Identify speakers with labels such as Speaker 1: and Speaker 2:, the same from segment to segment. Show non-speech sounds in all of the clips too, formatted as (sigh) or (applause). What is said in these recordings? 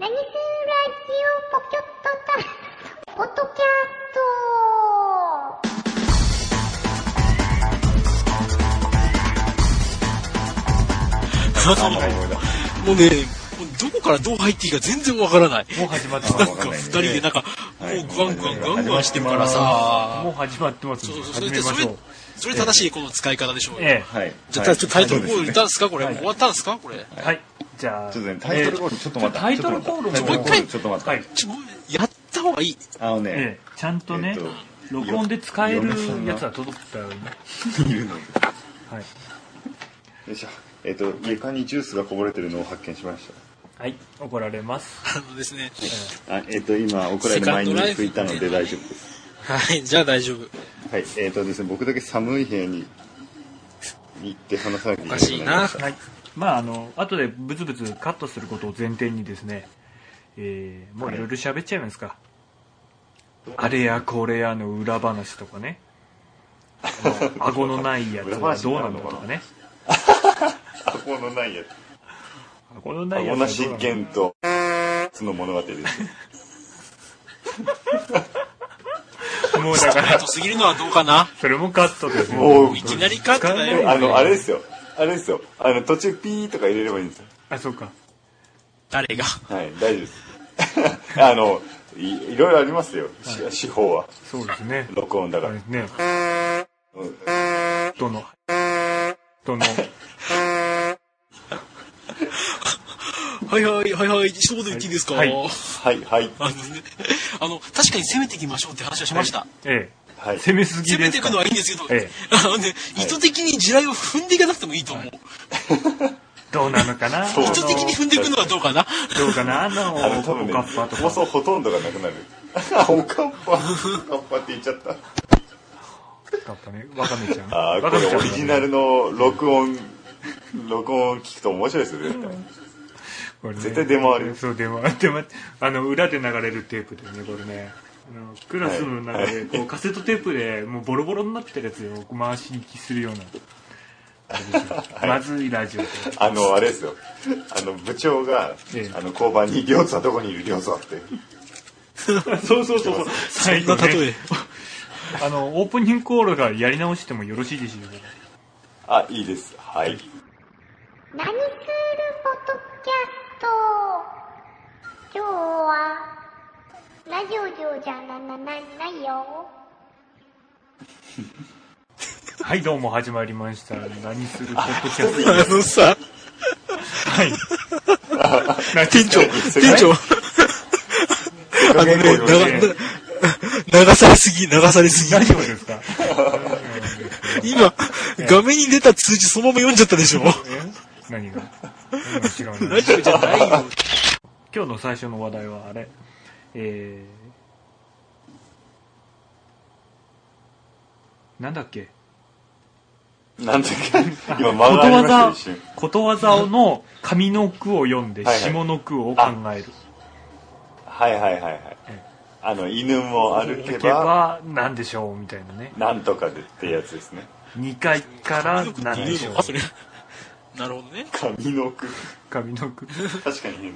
Speaker 1: 何するラジオポケットタポトキャッ
Speaker 2: (laughs) あのもうね、もうどこからどう入っていいか全然わからない。
Speaker 3: もう始まって
Speaker 2: な
Speaker 3: ま
Speaker 2: ん
Speaker 3: す。
Speaker 2: か二人でなんか、も
Speaker 4: はいう
Speaker 2: ガンガンガンガンしてるからさ。
Speaker 3: もう始まってます。
Speaker 2: そうそう、それ
Speaker 3: 始
Speaker 2: で、
Speaker 3: めま
Speaker 2: そ
Speaker 3: し
Speaker 2: れ
Speaker 3: ょう。、
Speaker 2: それ正しいこの使い方でしょうよ。
Speaker 3: え
Speaker 4: はい。
Speaker 2: じゃあ、ちょっとタイトルコール
Speaker 4: い
Speaker 2: い
Speaker 4: た
Speaker 2: たんですかこれ。もう終わったんですかこれ。
Speaker 3: え。はい。じゃあ。
Speaker 4: ちょっとね、タイトルコール、ちょっと待った。
Speaker 3: タイトルコール
Speaker 4: ちょっと
Speaker 2: も
Speaker 4: 待った
Speaker 2: う一回
Speaker 4: ちょっと待った。
Speaker 3: はい。
Speaker 2: ちょ、もうやった方がいい。
Speaker 4: あのね
Speaker 3: ええ、、ちゃんとね
Speaker 4: えっと、
Speaker 3: 録音で使えるやつは届くたらいいね。
Speaker 4: いるので。
Speaker 3: はい。
Speaker 4: よいしょ。えっと、床にジュースがこぼれてるのを発見しまし
Speaker 3: はい。怒られます。
Speaker 2: あのですね。
Speaker 4: た。あえっと、今、怒られる前に拭いたので大丈夫です。
Speaker 2: はい、じゃあ大丈夫。
Speaker 4: はい。えっとですね、僕だけ寒い部屋に行って話さなきゃい
Speaker 2: お
Speaker 4: け
Speaker 2: か
Speaker 4: ない。
Speaker 2: しいな。。
Speaker 3: はい。まあ、あの、後でブツブツカットすることを前提にですね、えー、もういろいろ喋っちゃいますか。あれやこれやの裏話と
Speaker 4: (laughs)
Speaker 3: かね。あの顎のないやつはどうなのかとかね。
Speaker 4: あこのないやつ。
Speaker 3: 顎のないや
Speaker 4: 同
Speaker 3: つ
Speaker 4: じ
Speaker 3: はどうなの
Speaker 4: 源と、その物語です。
Speaker 3: もうだ
Speaker 2: ち
Speaker 3: か
Speaker 2: ょっ
Speaker 3: ら、
Speaker 2: と過ぎるのはどうかな
Speaker 3: それもカットですよ。
Speaker 4: もう
Speaker 2: いきなりカットだ
Speaker 3: 使え
Speaker 2: よ。
Speaker 3: ない
Speaker 4: あの、あれですよ。あれですよ。あの、途中ピーとか入れればいいんですよ。
Speaker 3: あ、そうか。
Speaker 2: 誰が。
Speaker 4: はい、大丈夫です。 (laughs) あのい、いろいろありますよ、し手法は。
Speaker 3: そうですね。
Speaker 4: 録音だか
Speaker 3: そう
Speaker 4: ら
Speaker 3: で。すね。どの、どの、
Speaker 2: はいはい、はいはい、一言言っていいですか
Speaker 3: はい
Speaker 4: はい、はい、
Speaker 2: あのね、あの、確かに攻めていきましょうって話はしました。
Speaker 3: え
Speaker 4: は
Speaker 3: え、
Speaker 4: い。
Speaker 3: 攻めすぎ
Speaker 2: 攻め
Speaker 3: で
Speaker 2: てい
Speaker 3: す
Speaker 2: く
Speaker 3: か
Speaker 2: のはいいんですけど、
Speaker 3: ええ
Speaker 2: あのね、意図的に地雷を踏んでいかなくてもいいと思う。
Speaker 3: どうなのかな
Speaker 4: そう
Speaker 2: 意図的に踏んでいくのはどうかな。
Speaker 3: どうかなあの、
Speaker 4: あの、多分
Speaker 3: お
Speaker 4: ね
Speaker 3: かっぱ、と
Speaker 4: 放
Speaker 3: か。
Speaker 4: 送ほとんどがなくなる。あおかっぱ、おかっぱって言っちゃった。
Speaker 3: おかっぱね。わかめちゃん。
Speaker 4: あ
Speaker 3: わ
Speaker 4: ーこ
Speaker 3: かめち
Speaker 4: れ
Speaker 3: ゃん
Speaker 4: オリジナルの録音、録音聞くと面白いですよ、絶対。
Speaker 3: これね
Speaker 4: 絶対出回る
Speaker 3: そう、出回って、出回ってあの、裏で流れるテープでね、これね。あのクラスの中で、こう、カセットテープで、もうボロボロになってるやつを回し聞きするような。
Speaker 4: (laughs)
Speaker 3: まずいラジオで。
Speaker 4: あの、あれですよ。あの、部長が
Speaker 3: ええ、
Speaker 4: あの、交番に、りょうつはどこにいる、りょうつはって。
Speaker 3: そうそうそうそう。最後、
Speaker 2: そんな例え
Speaker 3: ね、あの、オープニングコールがやり直してもよろしいでしょうか。
Speaker 4: あ、いいです。はい。
Speaker 1: ト何するポトキャット今日は、ラジオ上じゃな、な、な、ないよ。
Speaker 3: はい、どうも始まりました。何するポッドキャスト。
Speaker 2: あのさ、
Speaker 3: はい。
Speaker 2: 店長、
Speaker 4: 世
Speaker 2: 店
Speaker 4: 界
Speaker 2: 長、あのね、流
Speaker 4: 世界公表
Speaker 3: ね
Speaker 2: 流されすぎ、流されす
Speaker 3: ラ
Speaker 2: ぎ。
Speaker 3: ジオですか
Speaker 2: 今、画面に出た通知そのまま読んじゃったでしょ。
Speaker 3: え何が何が違うの
Speaker 2: ラジオじゃないよ。
Speaker 3: 今日の最初の話題はあれ。えー、なんだっけ
Speaker 4: なんだっけ、今、
Speaker 3: こ
Speaker 4: 間
Speaker 3: と
Speaker 4: がありま
Speaker 3: わ
Speaker 4: したよ
Speaker 3: ざ
Speaker 4: 一瞬。、
Speaker 3: ことわざの上の句を読んで
Speaker 4: はいはい
Speaker 3: 下の句を考える。
Speaker 4: はいはいはいはい
Speaker 3: え。
Speaker 4: あの、犬も歩け
Speaker 3: 行け
Speaker 4: ば、
Speaker 3: ば、なんでしょうみたいなね。
Speaker 4: なんとかでってやつですね。
Speaker 3: 2階からなんでし
Speaker 2: 言う
Speaker 3: ょう
Speaker 2: のかそれなるほどね。
Speaker 4: 髪の句。
Speaker 3: 上の句。
Speaker 4: 確かに変。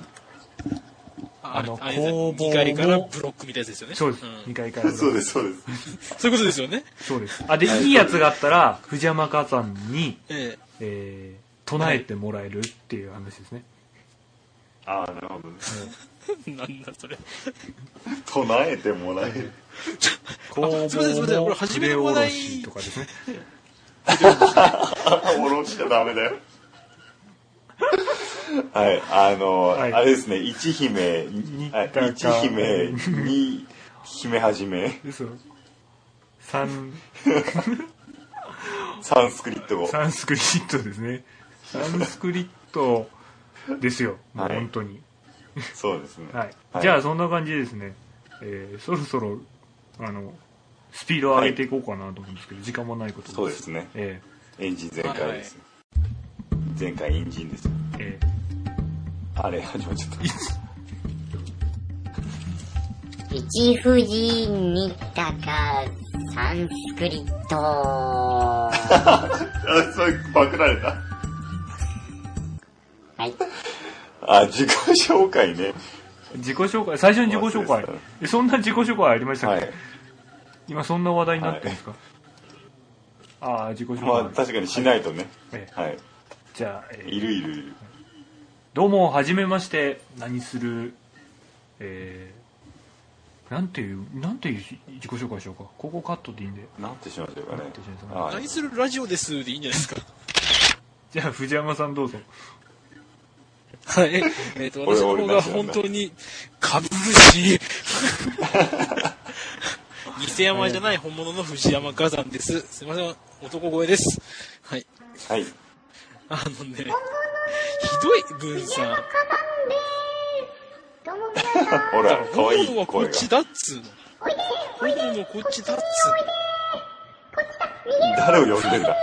Speaker 3: あの
Speaker 2: れですね
Speaker 3: 工房も
Speaker 2: 二階からブロックみたいなやつですよね。
Speaker 3: そうです
Speaker 2: ん。
Speaker 3: 2階から。
Speaker 4: そうです、そうです。
Speaker 2: そういうことですよね。
Speaker 3: そうです。あ、で、いいやつがあったら、藤山火山に、
Speaker 2: え
Speaker 3: えー、唱えてもらえるっていう話ですね。
Speaker 4: ああ、なるほどね。
Speaker 2: え。なんだそれ。
Speaker 4: 唱えてもらえる。
Speaker 3: 工房
Speaker 2: すいませんすいません俺
Speaker 3: の
Speaker 2: 初
Speaker 3: 筆
Speaker 2: めの話
Speaker 3: 下ろ
Speaker 2: 題
Speaker 3: しとかですね。
Speaker 4: あ下ろしちゃダメだよ。はい、あの、
Speaker 3: はい
Speaker 4: あれですね、一姫、
Speaker 3: に
Speaker 4: あ一姫、二姫はじめ、
Speaker 3: 嘘。三、
Speaker 4: サンスクリット語。
Speaker 3: サンスクリットですね。サンスクリットですよ。もう
Speaker 4: はい
Speaker 3: 本当に。
Speaker 4: そうですね。
Speaker 3: はい。
Speaker 4: はい
Speaker 3: じゃあ、そんな感じでですね、えー、そろそろ、あの、スピードを上げていこうかなと思うんですけど、時間もないこと
Speaker 4: そうですね。
Speaker 3: え
Speaker 4: エンジン全開です。前回エンジンです。
Speaker 3: ーえ
Speaker 4: あれ、始まっちゃった。
Speaker 5: 一富士二鷹サンスクリット。
Speaker 4: あ、それ、パクられた。
Speaker 5: はい。
Speaker 4: あ、自己紹介ね。
Speaker 3: 自己紹介、最初に自己紹
Speaker 4: 忘れ
Speaker 3: 介
Speaker 4: てた。
Speaker 3: えそんな自己紹介ありましたっ
Speaker 4: は
Speaker 3: け、
Speaker 4: い。
Speaker 3: 今そんな話題になってるんですか、ああ、自己紹介。
Speaker 4: まあ、確かにしないとね。
Speaker 3: ええ
Speaker 4: はい。
Speaker 3: じゃあ、えー
Speaker 4: いるいるいる。
Speaker 3: どうも、はじめまして。何するえー、なんていう、なんていう自己紹介しようか。ここカットでいいんで。
Speaker 4: なんてしましょうかね
Speaker 3: なんてしましょう。かね
Speaker 4: はい
Speaker 2: 何。するラジオですでいいんじゃないですか。
Speaker 3: じゃあ、藤山さんどうぞ。
Speaker 2: はい。ええっと、私
Speaker 4: 俺
Speaker 2: の方
Speaker 4: 俺
Speaker 2: が
Speaker 4: 何してん
Speaker 2: 本
Speaker 4: だ
Speaker 2: 当に、かぶるし、
Speaker 3: (laughs)
Speaker 2: 偽山じゃない本物の藤山火山です。すいません、男声です。はい。
Speaker 4: はい。
Speaker 2: あのね、ひどい、軍さん。
Speaker 1: カバンでーす。どうも皆さん、
Speaker 4: ほら、かわい
Speaker 2: 本物
Speaker 4: い
Speaker 2: はこ
Speaker 4: 声
Speaker 2: っ
Speaker 4: が。
Speaker 2: ちだっつうの。
Speaker 1: おいで、おい
Speaker 2: 本
Speaker 1: で、
Speaker 2: 物はこっちだっつ
Speaker 4: 誰を呼んでんだ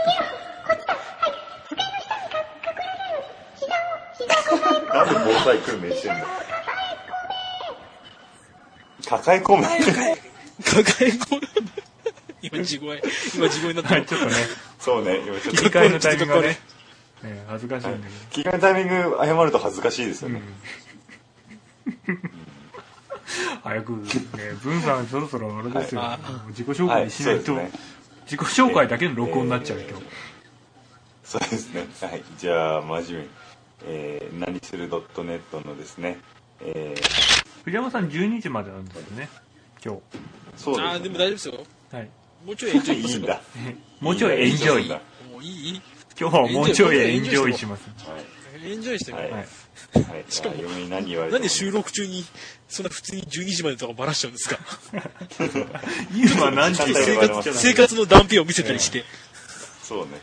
Speaker 4: なんで防災訓練してんだ抱え込む
Speaker 2: うの。抱え込む。今、地声。今、地声になっ
Speaker 3: は
Speaker 2: た
Speaker 3: い、。
Speaker 4: (laughs)
Speaker 3: ちょっとね、
Speaker 4: そうね、今ちょっ
Speaker 3: 切
Speaker 4: と
Speaker 3: り替えのタイミングが
Speaker 2: ちょっ
Speaker 3: ね、えー恥ずかしいんだけど。
Speaker 4: 着替えのタイミング謝ると恥ずかしいですよね。
Speaker 3: 早く、ね、文さんそろそろあれですよ、
Speaker 2: はい
Speaker 3: もう自己紹介しないと、
Speaker 4: はいそうですね
Speaker 3: 自己紹介だけの録音になっちゃう今日、
Speaker 4: そうですね。はい。じゃあ、真面目に。えー、何する .net のですね。えー、
Speaker 3: 藤山さん12時までなんですよね今
Speaker 4: そう
Speaker 2: ああ、で
Speaker 4: です
Speaker 2: も大
Speaker 4: ね。
Speaker 2: 丈夫ですよ。
Speaker 3: 日はい
Speaker 2: もうちょい延長いきま
Speaker 4: いい
Speaker 2: す
Speaker 4: ん
Speaker 3: (laughs)
Speaker 2: よ。
Speaker 4: だ。
Speaker 3: もうちょいエンジョ
Speaker 4: いい
Speaker 3: イ
Speaker 4: んだ
Speaker 2: もういい
Speaker 3: 今日はもうちょいエンジョイします
Speaker 2: エンジョイして
Speaker 4: はい。
Speaker 2: よ
Speaker 4: は
Speaker 3: はいい。
Speaker 4: はい。
Speaker 2: しかも
Speaker 4: 嫁に何言われて
Speaker 2: なん
Speaker 4: も
Speaker 2: で収録中に、そんな普通に12時までとかバラしちゃうんですか
Speaker 3: 今何時
Speaker 4: ちゃんと
Speaker 2: 生
Speaker 4: 言われます
Speaker 2: 活、生活の断片を見せたりして。
Speaker 4: そうね。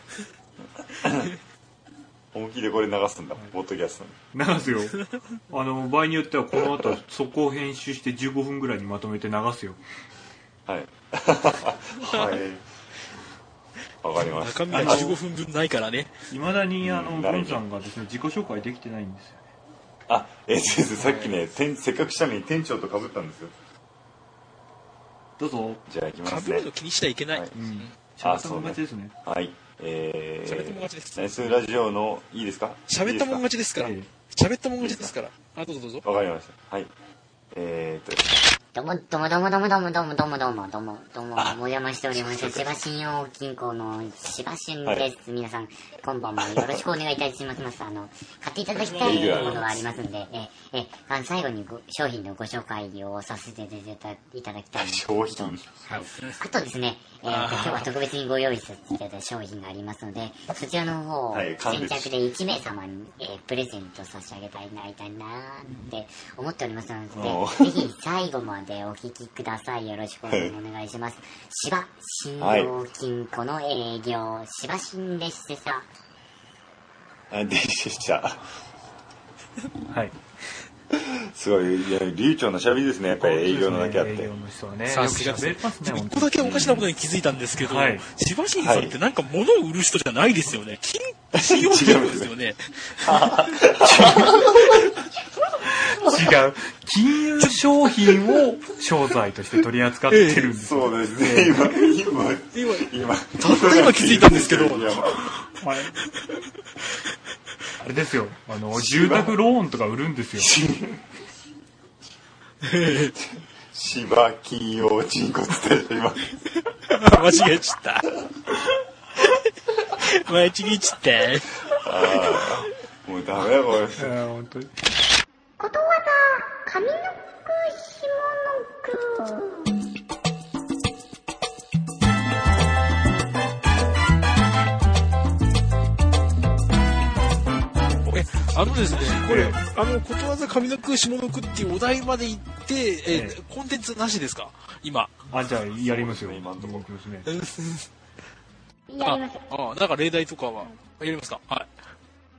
Speaker 4: 本気でこれ流すんだ。ポッドキャストに。
Speaker 3: 流すよあの場合によってはこの後そこを編集して15分ぐらいにまとめて流すよ
Speaker 4: はい。はい。わかりました。
Speaker 2: 中身は15分分ないからね。
Speaker 3: いまだにあの
Speaker 4: うん
Speaker 3: 文さんがですね自己紹介できてないんですよね
Speaker 4: あ、え、先生、さっきね、店せっかくしたのに店長と被ったんですよ。
Speaker 3: どうぞ
Speaker 4: じゃあ行きま
Speaker 2: か
Speaker 4: す
Speaker 2: ぶ
Speaker 4: ね
Speaker 2: るの。気にしちゃいけない。
Speaker 4: はい
Speaker 3: うんし
Speaker 4: あ
Speaker 3: たもん勝ちですね
Speaker 4: はい。え
Speaker 2: 喋ったもん勝ちです
Speaker 4: ー、ナイスラジオの、いいですか
Speaker 2: 喋ったもん勝ち
Speaker 4: で
Speaker 2: ですから
Speaker 3: いいで。
Speaker 2: 喋ったもん勝ちですから。あ、どうぞどうぞ
Speaker 4: す。かわかりました。はい。えーっと、
Speaker 5: どうもどうもどうもどうもどうもどうもどうもどうもどうもどうもお邪魔しております千葉信用金庫の千葉俊です、皆さんこんばんはよろしくお願いいたしますあの買っていただきたいものがありますんでええあの最後にご商品のご紹介をさせていただいただきたい
Speaker 4: 商品。
Speaker 5: はい、あとですね、えー
Speaker 2: あー
Speaker 5: 今日は特別にご用意させていただいた商品がありますのでそちらの方を
Speaker 4: はい
Speaker 5: 先
Speaker 4: 勘
Speaker 5: 着
Speaker 4: 弁して
Speaker 5: で1名様に、えープレゼント差し上げたいなたいなーって思っております
Speaker 4: お
Speaker 5: の
Speaker 4: ー
Speaker 5: でぜひ最後までお聞きくださいよろしくお願いします芝信用金庫の営業芝新でしてさ
Speaker 4: あ、でした。
Speaker 3: はい
Speaker 4: すごい、いや、流暢な喋りですね。やっぱり営業のだけあっ
Speaker 3: 本当
Speaker 4: て
Speaker 3: ですね営。業
Speaker 2: さ
Speaker 3: の人はねよく
Speaker 2: すが
Speaker 3: 喋りますね
Speaker 2: でも
Speaker 3: 本
Speaker 2: 一
Speaker 3: 当
Speaker 2: 個だけおかしなことに気づいたんですけど、
Speaker 3: はい
Speaker 2: 千葉新さんってなんか物を売る人じゃないですよね。金、信用金庫ですよね。
Speaker 3: 違う。金融商品を商材として取り扱ってるんですよ。
Speaker 4: そうですね、今、今、
Speaker 2: 今、
Speaker 4: 今、
Speaker 2: たった今気づいたんですけど
Speaker 4: いや
Speaker 3: はいあれですよ。あの、住宅ローンとか売るんですよ。
Speaker 4: 芝金曜人骨って今
Speaker 2: 間違えちった。 (laughs) 間違えちった。
Speaker 4: もうダメだこれ
Speaker 3: あー本当に
Speaker 1: ことわざ、上の句、下の句。
Speaker 2: え、あのですね、これ、
Speaker 3: ええ
Speaker 2: あの、ことわざ上の句、下の句っていうお題まで行って、え
Speaker 3: ええ
Speaker 2: コンテンツなしですか今。
Speaker 3: あ、じゃあ、やりますよ。
Speaker 4: 今んとこ
Speaker 3: 行きますね。
Speaker 1: やります。
Speaker 2: あ、あなんか例題とかは、やりますかはい。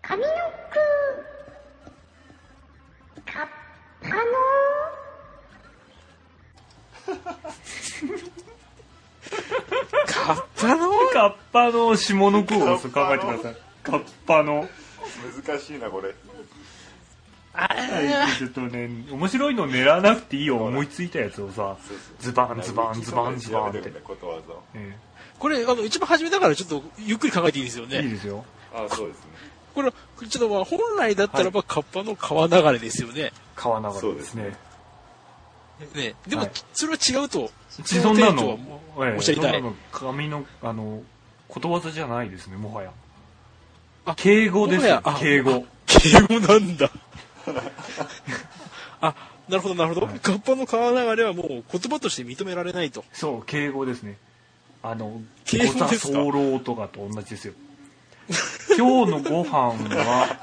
Speaker 1: 上の句、カッパの、
Speaker 2: カッパの
Speaker 3: カッパの下の句を考えてください。カッパの。
Speaker 4: 難しいなこれ
Speaker 3: はいちょっとね、面白いの狙わなくていいよ。思いついたやつをさ、ズバンズバンズバンズバンって。
Speaker 4: ことわざを
Speaker 3: え
Speaker 2: これ、あの、一番初めだからちょっと、ゆっくり考えていいですよ
Speaker 3: えいい
Speaker 2: ね。
Speaker 3: ですよ。
Speaker 4: あそうですね
Speaker 2: これ、こちらは本来だったらば、カッパの川流れですよね。
Speaker 3: 川流れですね。
Speaker 2: ね。で
Speaker 3: は
Speaker 2: も
Speaker 3: い、
Speaker 2: それは違うと。
Speaker 3: そんな
Speaker 2: の程
Speaker 3: の
Speaker 2: 度、はもう
Speaker 3: え
Speaker 2: お
Speaker 3: え
Speaker 2: っしゃり
Speaker 3: そん
Speaker 2: た。
Speaker 3: ないの紙の、あの、ことわざじゃないですね、もはや
Speaker 2: あ。
Speaker 3: 敬語です
Speaker 2: もはや
Speaker 3: よ
Speaker 2: あ、
Speaker 3: 敬語。
Speaker 2: 敬語なんだ。 (laughs) あ、なるほど、なるほど。
Speaker 3: はい
Speaker 2: カッパの川流れはもう言葉として認められないと。
Speaker 3: そう、敬語ですね。あの、
Speaker 2: 敬語
Speaker 3: ご
Speaker 2: で
Speaker 3: 座
Speaker 2: すか
Speaker 3: 候とかと同じですよ。 (laughs) 今日のご飯は、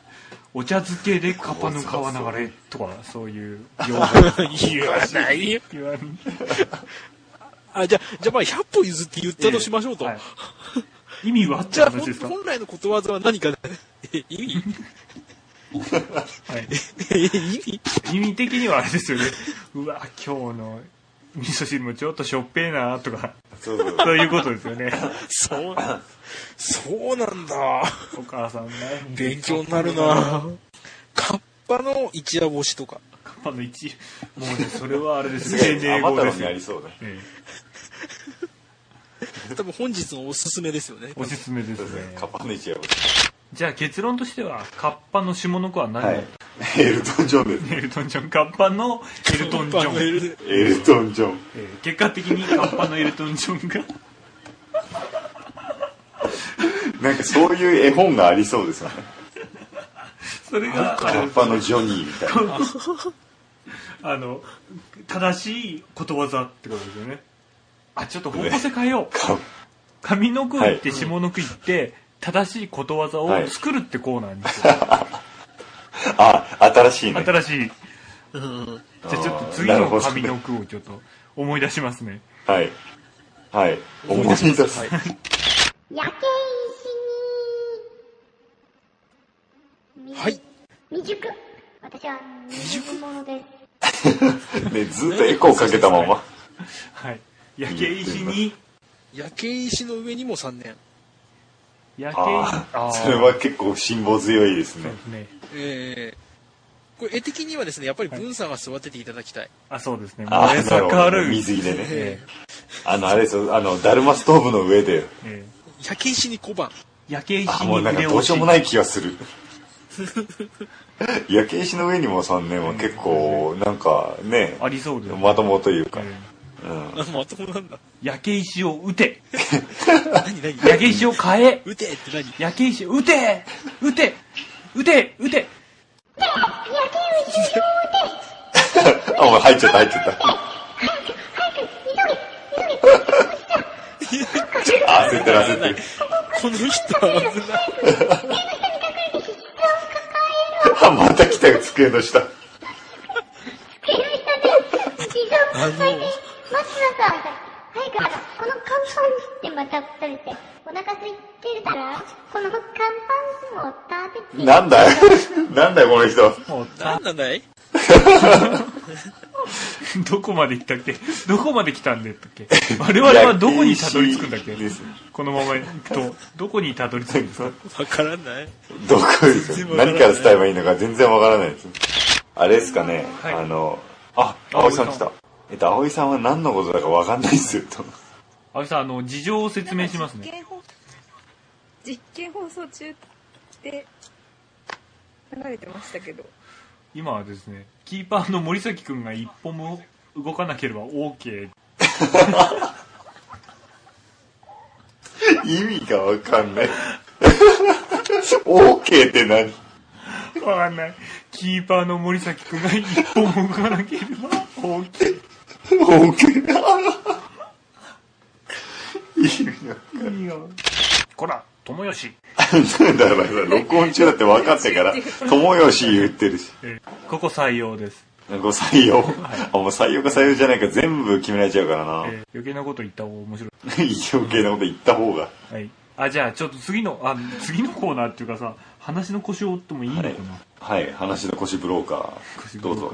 Speaker 3: (laughs) お茶漬けでカッパの川流れとか、そういう用
Speaker 2: (laughs)
Speaker 3: 語。
Speaker 2: 言わないよ。
Speaker 3: 言わん
Speaker 2: あ、じゃあ、じゃあまあ、100歩譲って言ったとしましょうと。
Speaker 3: はい意味はって
Speaker 2: じゃあ、
Speaker 3: 話
Speaker 2: ほん
Speaker 3: ですか
Speaker 2: 本来のことわざは何か、 (laughs) え意味 (laughs)
Speaker 3: はい
Speaker 2: え意味
Speaker 3: 意味的にはあれですよね。 (laughs) うわ、今日の味噌汁もちょっとしょっぺーなとか、 (laughs)
Speaker 4: そうそう
Speaker 3: そういうことですよね。 (laughs)
Speaker 2: そう、そうなんだ。
Speaker 3: お母さんね。
Speaker 2: 勉強になるなカッパの一夜干しとか。
Speaker 3: カッパの一、もうね、それはあれです。
Speaker 4: す
Speaker 2: (laughs)
Speaker 4: げえ、
Speaker 3: 英
Speaker 4: あま
Speaker 3: 語
Speaker 4: た
Speaker 3: で
Speaker 4: の
Speaker 3: す
Speaker 4: に
Speaker 3: よ
Speaker 4: ありそうだ。
Speaker 3: ええ
Speaker 2: 多分本日のおすすめですよね。
Speaker 3: おすすめです
Speaker 4: そうですね
Speaker 3: ね。
Speaker 4: カッパの一夜を。
Speaker 3: じゃあ結論としては、カッパの下の子は何だ、
Speaker 4: はい。エルトン・ジョンです。
Speaker 3: エルトン・ジョン、カッパのエルトン・ジ
Speaker 2: カッパのエ
Speaker 3: ョン。
Speaker 2: ル
Speaker 4: エルトン・ジョン。
Speaker 3: えー結果的にカッパのエルトン・ジョンが、
Speaker 4: なんかそういう絵本がありそうですよね。
Speaker 3: それが、
Speaker 4: カッパのジョニーみたいな。
Speaker 3: あの、正しいことわざってことですよね。あ、ちょっと方向性変えよう。
Speaker 4: カッ
Speaker 3: 上の句行って下の句行って、正しいことわざを作るってコーナーにして、
Speaker 4: あ、新しいね。
Speaker 3: 新しい。
Speaker 2: うん
Speaker 3: じゃあちょっと次
Speaker 4: なるほ
Speaker 3: の
Speaker 4: ど
Speaker 3: 上の句をちょっと思い出しますね。
Speaker 4: はい。はい。思い出す。
Speaker 1: 焼け石に。み
Speaker 2: はい。
Speaker 1: 未熟。私は未熟者です。
Speaker 4: ね、ずっとエコーかけたまま。
Speaker 3: はい。焼け石に、
Speaker 2: 焼け石の上にも3年。
Speaker 3: 焼け石、
Speaker 4: ああ、
Speaker 3: ー
Speaker 4: それは結構辛抱強いです
Speaker 3: そう
Speaker 4: ね
Speaker 3: で。すね。
Speaker 2: えー、これ絵的にはですね、やっぱり文さんが育てていただきたい。
Speaker 3: あ、そうですね。
Speaker 4: あ
Speaker 3: 燃え
Speaker 4: ーなるほ
Speaker 3: 盛
Speaker 4: ど。
Speaker 3: る。
Speaker 4: 水着でね。
Speaker 2: え
Speaker 4: あの、あれですよ、あの、だるまストーブの上で、
Speaker 3: え
Speaker 2: ー、焼け石に小判。
Speaker 3: え焼け石
Speaker 4: あ、
Speaker 3: に
Speaker 4: もうなんか
Speaker 3: 腕
Speaker 4: ど
Speaker 3: を
Speaker 4: うしようもない気がする。焼け石の上にも3年は結構、なんかね、
Speaker 3: ありそうです、
Speaker 4: まともというか
Speaker 3: え、
Speaker 4: うん。
Speaker 2: あ、まともなんだ。
Speaker 3: え焼け石を打て
Speaker 2: 何何
Speaker 3: 焼け石を
Speaker 4: (laughs)
Speaker 3: 変え
Speaker 2: 撃てって何
Speaker 3: 焼け石を打て打て打て打て
Speaker 1: 焼け石に
Speaker 4: あ、もう入っちゃった、入っちゃった。あ、焦ってる焦ってる。
Speaker 2: この人は危ない。
Speaker 4: あ、また来たよ、机の下。
Speaker 1: 自動
Speaker 2: あの、
Speaker 1: 待ってなさい。早く、あのこの看板にまた食べて、お腹空いてるから、この看板を食べて、
Speaker 4: なんだよ。 (laughs) なんだよ、この人。
Speaker 3: もう
Speaker 2: なんなんだい
Speaker 3: どこまで行ったっけどこまで来たんだっけ
Speaker 4: (laughs)
Speaker 3: 我々はどこにたどり着くんだっけ
Speaker 4: 焼け石です
Speaker 3: このまま行くとどこにたどり着くんですか
Speaker 2: わからない。
Speaker 4: どこですか何から伝えばいいのか全然わからないです。あれですかね、
Speaker 3: はい
Speaker 4: あの、あ、葵さん来た。えっと、葵さんは何のことだかわかんないっすよ、と。 (laughs)
Speaker 3: 青木さんあの事情を説明します
Speaker 6: 実
Speaker 3: ね
Speaker 6: 験放実験放送中で流れてましたけど
Speaker 3: 今はですねキーパーの森崎君が一歩も動かなければ OK
Speaker 4: 意味がわかんない。OK って何
Speaker 3: わかんないキーパーの森崎君が一歩も動かなければ OK
Speaker 4: ?OK 意味が。
Speaker 3: こら友吉
Speaker 4: だからさ、録音中だって分かったから、友吉言ってるし。
Speaker 3: えーここ採用です、
Speaker 4: ご採用。あ、もう採用か採用じゃないか全部決められちゃうからな。
Speaker 3: えー余計なこと言った方が面白い、
Speaker 4: (laughs) 一応計なこと言った方が。
Speaker 3: はい、あじゃあちょっと次のあ次のコーナーっていうかさ話の腰を折ってもいいのかな、
Speaker 4: はい、話の腰ブローカ
Speaker 3: 腰
Speaker 4: ー。
Speaker 3: ブ
Speaker 4: ど
Speaker 3: ロ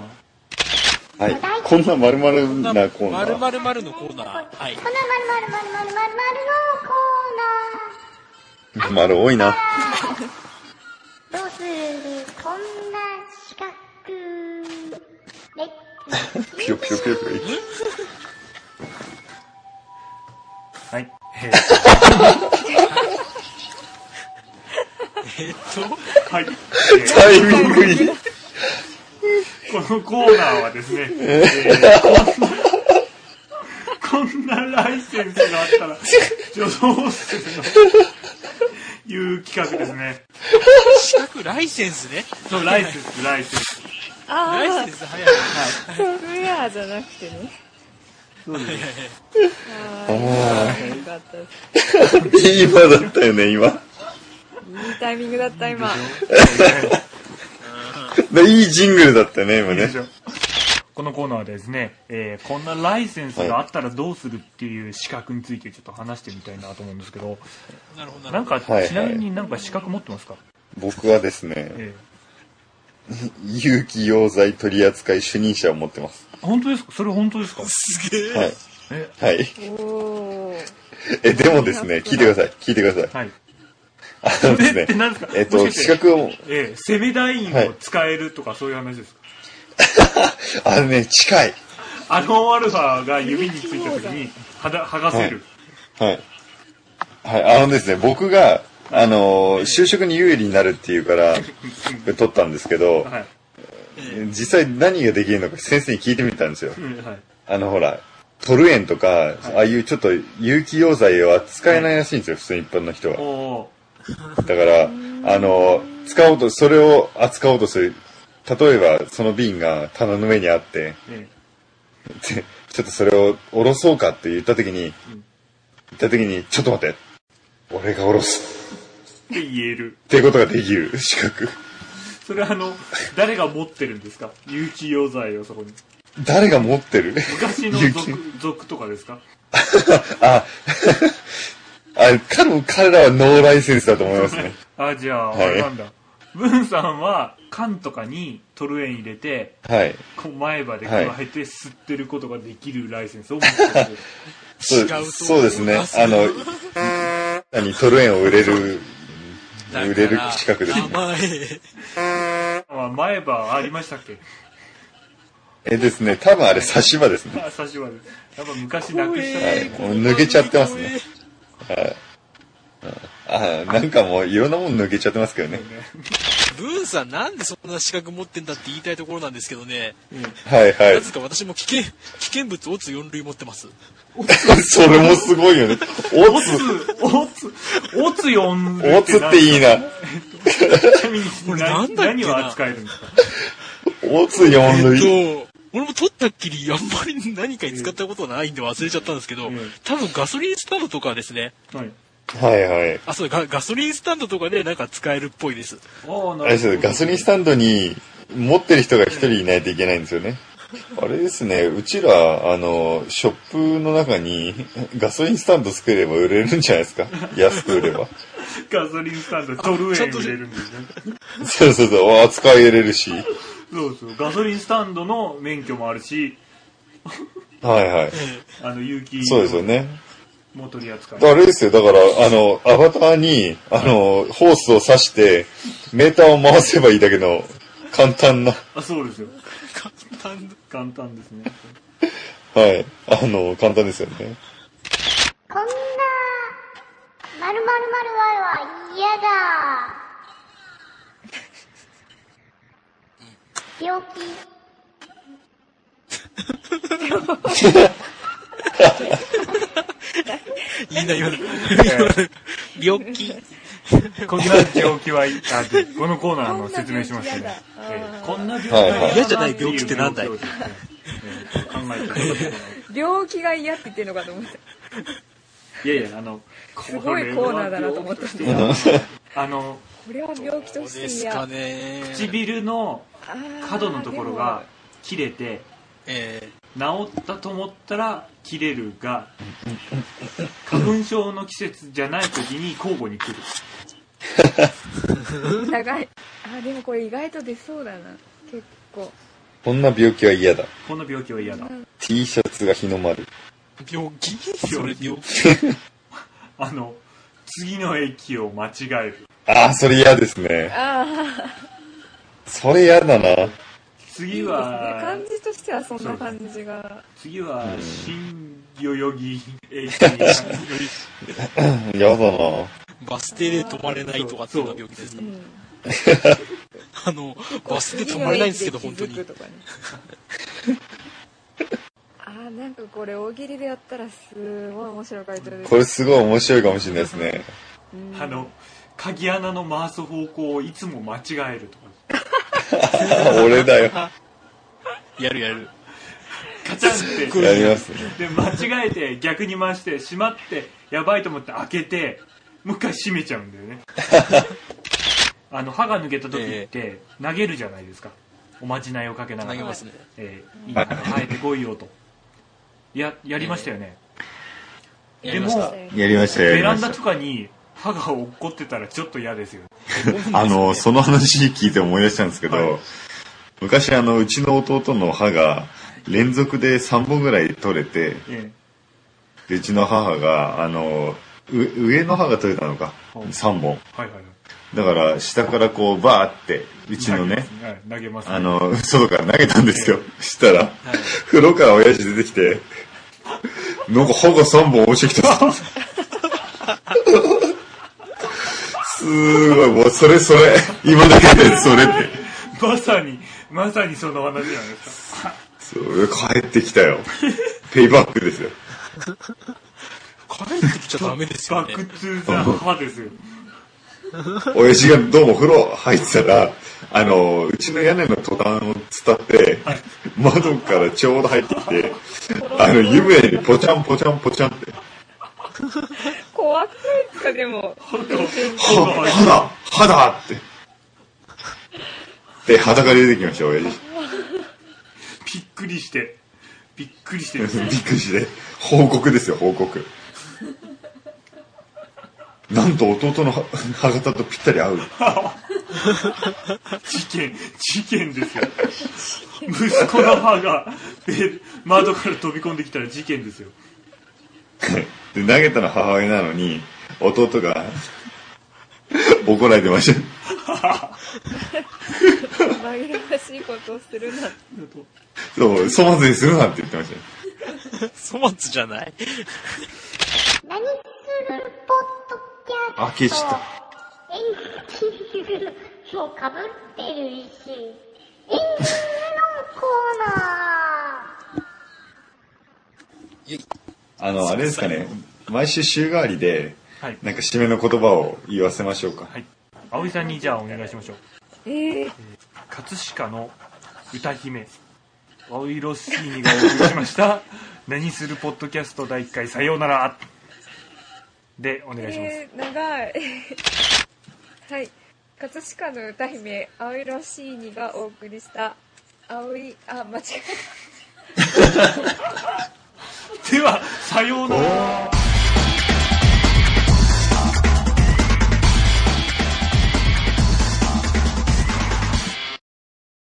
Speaker 4: う
Speaker 3: ーカー
Speaker 4: ぞ。はい、こんな丸々なコーナ
Speaker 2: まる
Speaker 4: ー。
Speaker 2: まるまるのコーナー。はい
Speaker 1: こ。の丸々丸々丸々のコ
Speaker 4: 丸多いな。
Speaker 1: ーナー。どうするこんな四角。レッツ。
Speaker 4: ピヨピヨピヨピヨ。
Speaker 3: はい、えはい。タイミングに。このコーナーはですね、えー (laughs) こんなこんなライセンスがあったら、女装するの、いう企画ですね。
Speaker 2: 資格ライセンスね。
Speaker 3: そう、ライセンス、ライセンス。
Speaker 2: ライ
Speaker 6: あ
Speaker 2: センス早い。はい。
Speaker 6: あ、ソフウェアじゃなくてね。ああ、よかったです。
Speaker 4: 今だったよね、今。
Speaker 6: いいタイミングだった、今。
Speaker 4: でいいジングルだったね、今ね。
Speaker 3: このコーナーはですね、えーこんなライセンスがあったらどうするっていう資格についてちょっと話してみたいなと思うんですけど、
Speaker 2: なるほど、な
Speaker 3: な
Speaker 2: る
Speaker 3: ん
Speaker 2: ほ
Speaker 3: か、
Speaker 4: はい
Speaker 3: ちなみになんか資格持ってますか、
Speaker 4: 僕はですね、
Speaker 3: え
Speaker 4: 有機溶剤取扱主任者を持ってます。
Speaker 3: ー本当ですかそれ本当ですか
Speaker 2: ど。すげえ。
Speaker 4: はい。
Speaker 3: え
Speaker 4: はい。
Speaker 6: おー。
Speaker 4: え、でもですね、聞いてください。聞いてください。
Speaker 3: はい。
Speaker 4: あので
Speaker 3: え
Speaker 4: す
Speaker 3: って
Speaker 4: ね、
Speaker 3: 何ですか
Speaker 4: えっ
Speaker 3: も
Speaker 4: と、
Speaker 3: しかし
Speaker 4: 資
Speaker 3: て
Speaker 4: 格を、
Speaker 3: えー、セメダインを使えるとかそういう話ですか、
Speaker 4: あのね、近い。
Speaker 3: アノンアルファが指についた時
Speaker 4: (laughs)
Speaker 3: にはだ剥がせる、
Speaker 4: はい。はい、あのですね、僕が、あのー、就職に有利になるっていうから、取ったんですけど、
Speaker 3: はい
Speaker 4: 実際何ができるのか先生に聞いてみたんですよ。
Speaker 3: うんはい
Speaker 4: あの、ほら、トルエンとか、ああいうちょっと有機溶剤は使えないらしいんですよ、普通一般の人は
Speaker 3: お。お
Speaker 4: だから、あの、使おうと、それを扱おうとする。例えば、その瓶が棚の上にあって、 (laughs)
Speaker 3: ー、え
Speaker 4: でちょっとそれを下ろそうかって言った時に、言った時に、ちょっと待って、俺が下ろす
Speaker 3: ーって言える
Speaker 4: っていうことができる資格。
Speaker 3: それはあの誰が持ってるんですか有機溶剤をそこに
Speaker 4: 誰が持ってる
Speaker 3: 昔の
Speaker 4: 有機
Speaker 3: 族族とかですか
Speaker 4: あ、あ、多分彼らはノーライセンスだと思いますね。
Speaker 3: あじゃあ、
Speaker 4: はい
Speaker 3: あれなんだブンさんは缶とかにトルエン入れて
Speaker 4: はい。
Speaker 3: こう前歯で加え
Speaker 4: は
Speaker 3: て吸ってることができるライセンスを持ってる、
Speaker 4: (laughs) そう
Speaker 2: 違うと思います
Speaker 4: そうですね。あの、何、トルエンを売れる、
Speaker 2: だから
Speaker 4: 売れる資格ですね
Speaker 2: 甘い。
Speaker 3: あ前歯ありましたっけ
Speaker 4: えですね、多分あれ差し歯ですね。
Speaker 3: あ差し歯ですやっぱ昔なくしたら (laughs)
Speaker 4: はいもう抜けちゃってますね。あなんかもういろんなもん抜けちゃってますけどね。
Speaker 2: ブーンさんなんでそんな資格持ってんだって言いたいところなんですけどね。
Speaker 4: はい (laughs) は
Speaker 2: ないぜ。か私も危険、危険物オツ4類持ってます。
Speaker 4: それもすごいよね。おつ、
Speaker 3: オツ、オツ呼んで
Speaker 4: おつっていいな。
Speaker 3: ちなみに
Speaker 2: 俺
Speaker 3: な
Speaker 2: なんだっけな
Speaker 3: 何を扱えるんですか
Speaker 4: おつ4
Speaker 2: えっ
Speaker 4: 類。
Speaker 2: と、俺も取ったっきりあんまり何かに使ったことないんで忘れちゃったんですけど、多分ガソリンスタンドとかはですね、
Speaker 3: はい。
Speaker 4: はいはい。
Speaker 2: あ、そうだガ、ガソリンスタンドとかでなんか使えるっぽいです。
Speaker 3: ああ、な
Speaker 4: あれですよ、ガソリンスタンドに持ってる人が一人いないといけないんですよね。あれですね、うちら、あの、ショップの中にガソリンスタンド作れば売れるんじゃないですか。安く売れば。
Speaker 3: ガソリンスタンド、トルエン入れるんですね。
Speaker 4: そうそうそう、扱い入れるし。
Speaker 3: そうそう。ガソリンスタンドの免許もあるし、
Speaker 4: はいはい。
Speaker 3: あの、有機
Speaker 4: そうですよね。
Speaker 3: も取り扱い。
Speaker 4: あれですよ、だから、あの、アバターに、あの、ホースを刺して、メーターを回せばいいだけの、簡単な、
Speaker 3: あ、そうですよ。
Speaker 2: 簡単だ
Speaker 3: 簡単ですね。
Speaker 4: はい、あの、簡単ですよね。
Speaker 1: こんな、まるまるまるは嫌だ。病気。
Speaker 2: いいな、今の。
Speaker 6: (laughs)
Speaker 2: 病気。
Speaker 3: こんな病気は、あでこのコーナーの説明しましたね。ええこんな病気
Speaker 4: はいはい
Speaker 2: 嫌じゃない病気ってなんだい
Speaker 3: ええ考えたことない。
Speaker 6: 病気が嫌って言ってるのかと思った。
Speaker 3: いやいや、あの、
Speaker 6: すごいコーナーだなと思ったんで
Speaker 4: (laughs)
Speaker 3: あの、
Speaker 6: これは病気と
Speaker 2: そう
Speaker 6: して
Speaker 2: です
Speaker 6: 嫌。
Speaker 2: かね。
Speaker 3: 唇の
Speaker 6: あー
Speaker 3: 角のところが切れて、
Speaker 2: え
Speaker 3: 治ったと思ったら切れるが、花粉症の季節じゃない時に交互に来る。
Speaker 6: でも長いあでもこれ意外と出そうだな結構
Speaker 4: こんな病気は嫌だ。
Speaker 3: この病気は嫌だ。
Speaker 4: T シャツが日の丸。
Speaker 2: ー病気それ病気。
Speaker 3: あの、次の駅を間違える。
Speaker 4: ああ、それ嫌ですね。
Speaker 6: あ
Speaker 4: それ嫌だな。
Speaker 3: 次
Speaker 6: あ
Speaker 3: は
Speaker 6: 感、じとしてはそんな感じが
Speaker 3: 次は、新代々木駅に
Speaker 4: 嫌だな。
Speaker 2: バス停で止まれないとかっていうのが病気ですか
Speaker 6: うん
Speaker 2: (laughs) あの、バスで止まれないんですけど、本当に。
Speaker 6: 次の駅で気づくとかね (laughs) あーなんかこれ大喜利でやったらすごい面白い回答です
Speaker 4: これすごい面白いかもしれないですね。
Speaker 6: うん
Speaker 3: あの鍵穴の回す方向をいつも間違えるとか
Speaker 4: 俺だよ。
Speaker 2: やるやる。
Speaker 3: カチャンって
Speaker 4: やりますね。
Speaker 3: (laughs) で間違えて逆に回して閉まってやばいと思って開けてもう一回閉めちゃうんだよ
Speaker 2: (laughs)
Speaker 3: ねあの歯が抜けた時って投げるじゃないですかおまじないをかけな
Speaker 2: 投
Speaker 3: がら
Speaker 2: げますね。
Speaker 3: えーいいから生えてこいよとややりましたよね、
Speaker 2: や
Speaker 3: で
Speaker 2: り
Speaker 3: も
Speaker 2: ました。
Speaker 4: やりました、や
Speaker 3: ベ
Speaker 4: り
Speaker 3: ラ
Speaker 4: ま
Speaker 3: ン
Speaker 4: し
Speaker 3: ダ
Speaker 4: た
Speaker 3: と。かに歯が落っこってたらちょっと嫌ですよね
Speaker 4: あの、その話聞いて思い出したんですけど、
Speaker 3: はい
Speaker 4: 昔あの、うちの弟の歯が連続で3本ぐらい取れて、
Speaker 3: え
Speaker 4: で、うちの母が、あの、う上の歯が取れたのか、
Speaker 3: うん
Speaker 4: 3本。
Speaker 3: えはいはいはい
Speaker 4: だから、下からこう、バーって、うちの
Speaker 3: 投げま
Speaker 4: ね
Speaker 3: す、はい投げますね
Speaker 4: あの、外から投げたんですよ。したら、風呂から親父出てきて、なんか歯が3本落ちてき
Speaker 3: (laughs)
Speaker 4: た。すごい、もうそれそれ、今だけでそれって。
Speaker 3: まさにまさにその話じゃないですか
Speaker 4: それ帰ってきたよ。 (laughs) ペイバックですよ。
Speaker 2: 帰ってきちゃダメですよ
Speaker 3: バ
Speaker 2: ね
Speaker 3: ッ。クトゥーザ歯ですよ
Speaker 4: 親父がどうも風呂入ってたら、あの、うちの屋根のトタンを伝って、窓からちょうど入ってきて、あの、湯船にポチャンポチャンポチャンって、
Speaker 6: 怖くないですかでも
Speaker 4: は、肌肌って。で、裸で出てきました、親父。 (laughs)
Speaker 3: びっくりしてびっくりして
Speaker 4: び
Speaker 3: ですね
Speaker 4: っくりして。報告ですよ、報告。なんと弟の歯歯型とぴったり合う。
Speaker 3: 事件事件ですよ息子の歯がえ窓から飛び込んできたら事件ですよ
Speaker 4: で、投げたの母親なのに、弟が怒られてました。
Speaker 6: 紛らわしいことをするなんて
Speaker 4: そう、粗末にするなって言ってました。
Speaker 2: 粗末じゃない。
Speaker 1: 何するポッドキャスト
Speaker 4: あ消した
Speaker 1: 演技もかぶってるし演技のコーナ
Speaker 4: あの、あれですかね、毎週週替わりで、
Speaker 3: はい
Speaker 4: なんか締めの言葉を言わせましょうか。
Speaker 3: はい葵さんにじゃあお願いしましょう
Speaker 6: えー、
Speaker 3: 葛飾の歌姫青色シーニがお送りしま (laughs) した「何するポッドキャスト第1回さようなら」でお願いします、
Speaker 6: えー、長い (laughs) はい葛飾の歌姫青色シーニがお送りした青いあ間違えた
Speaker 3: ではさようなら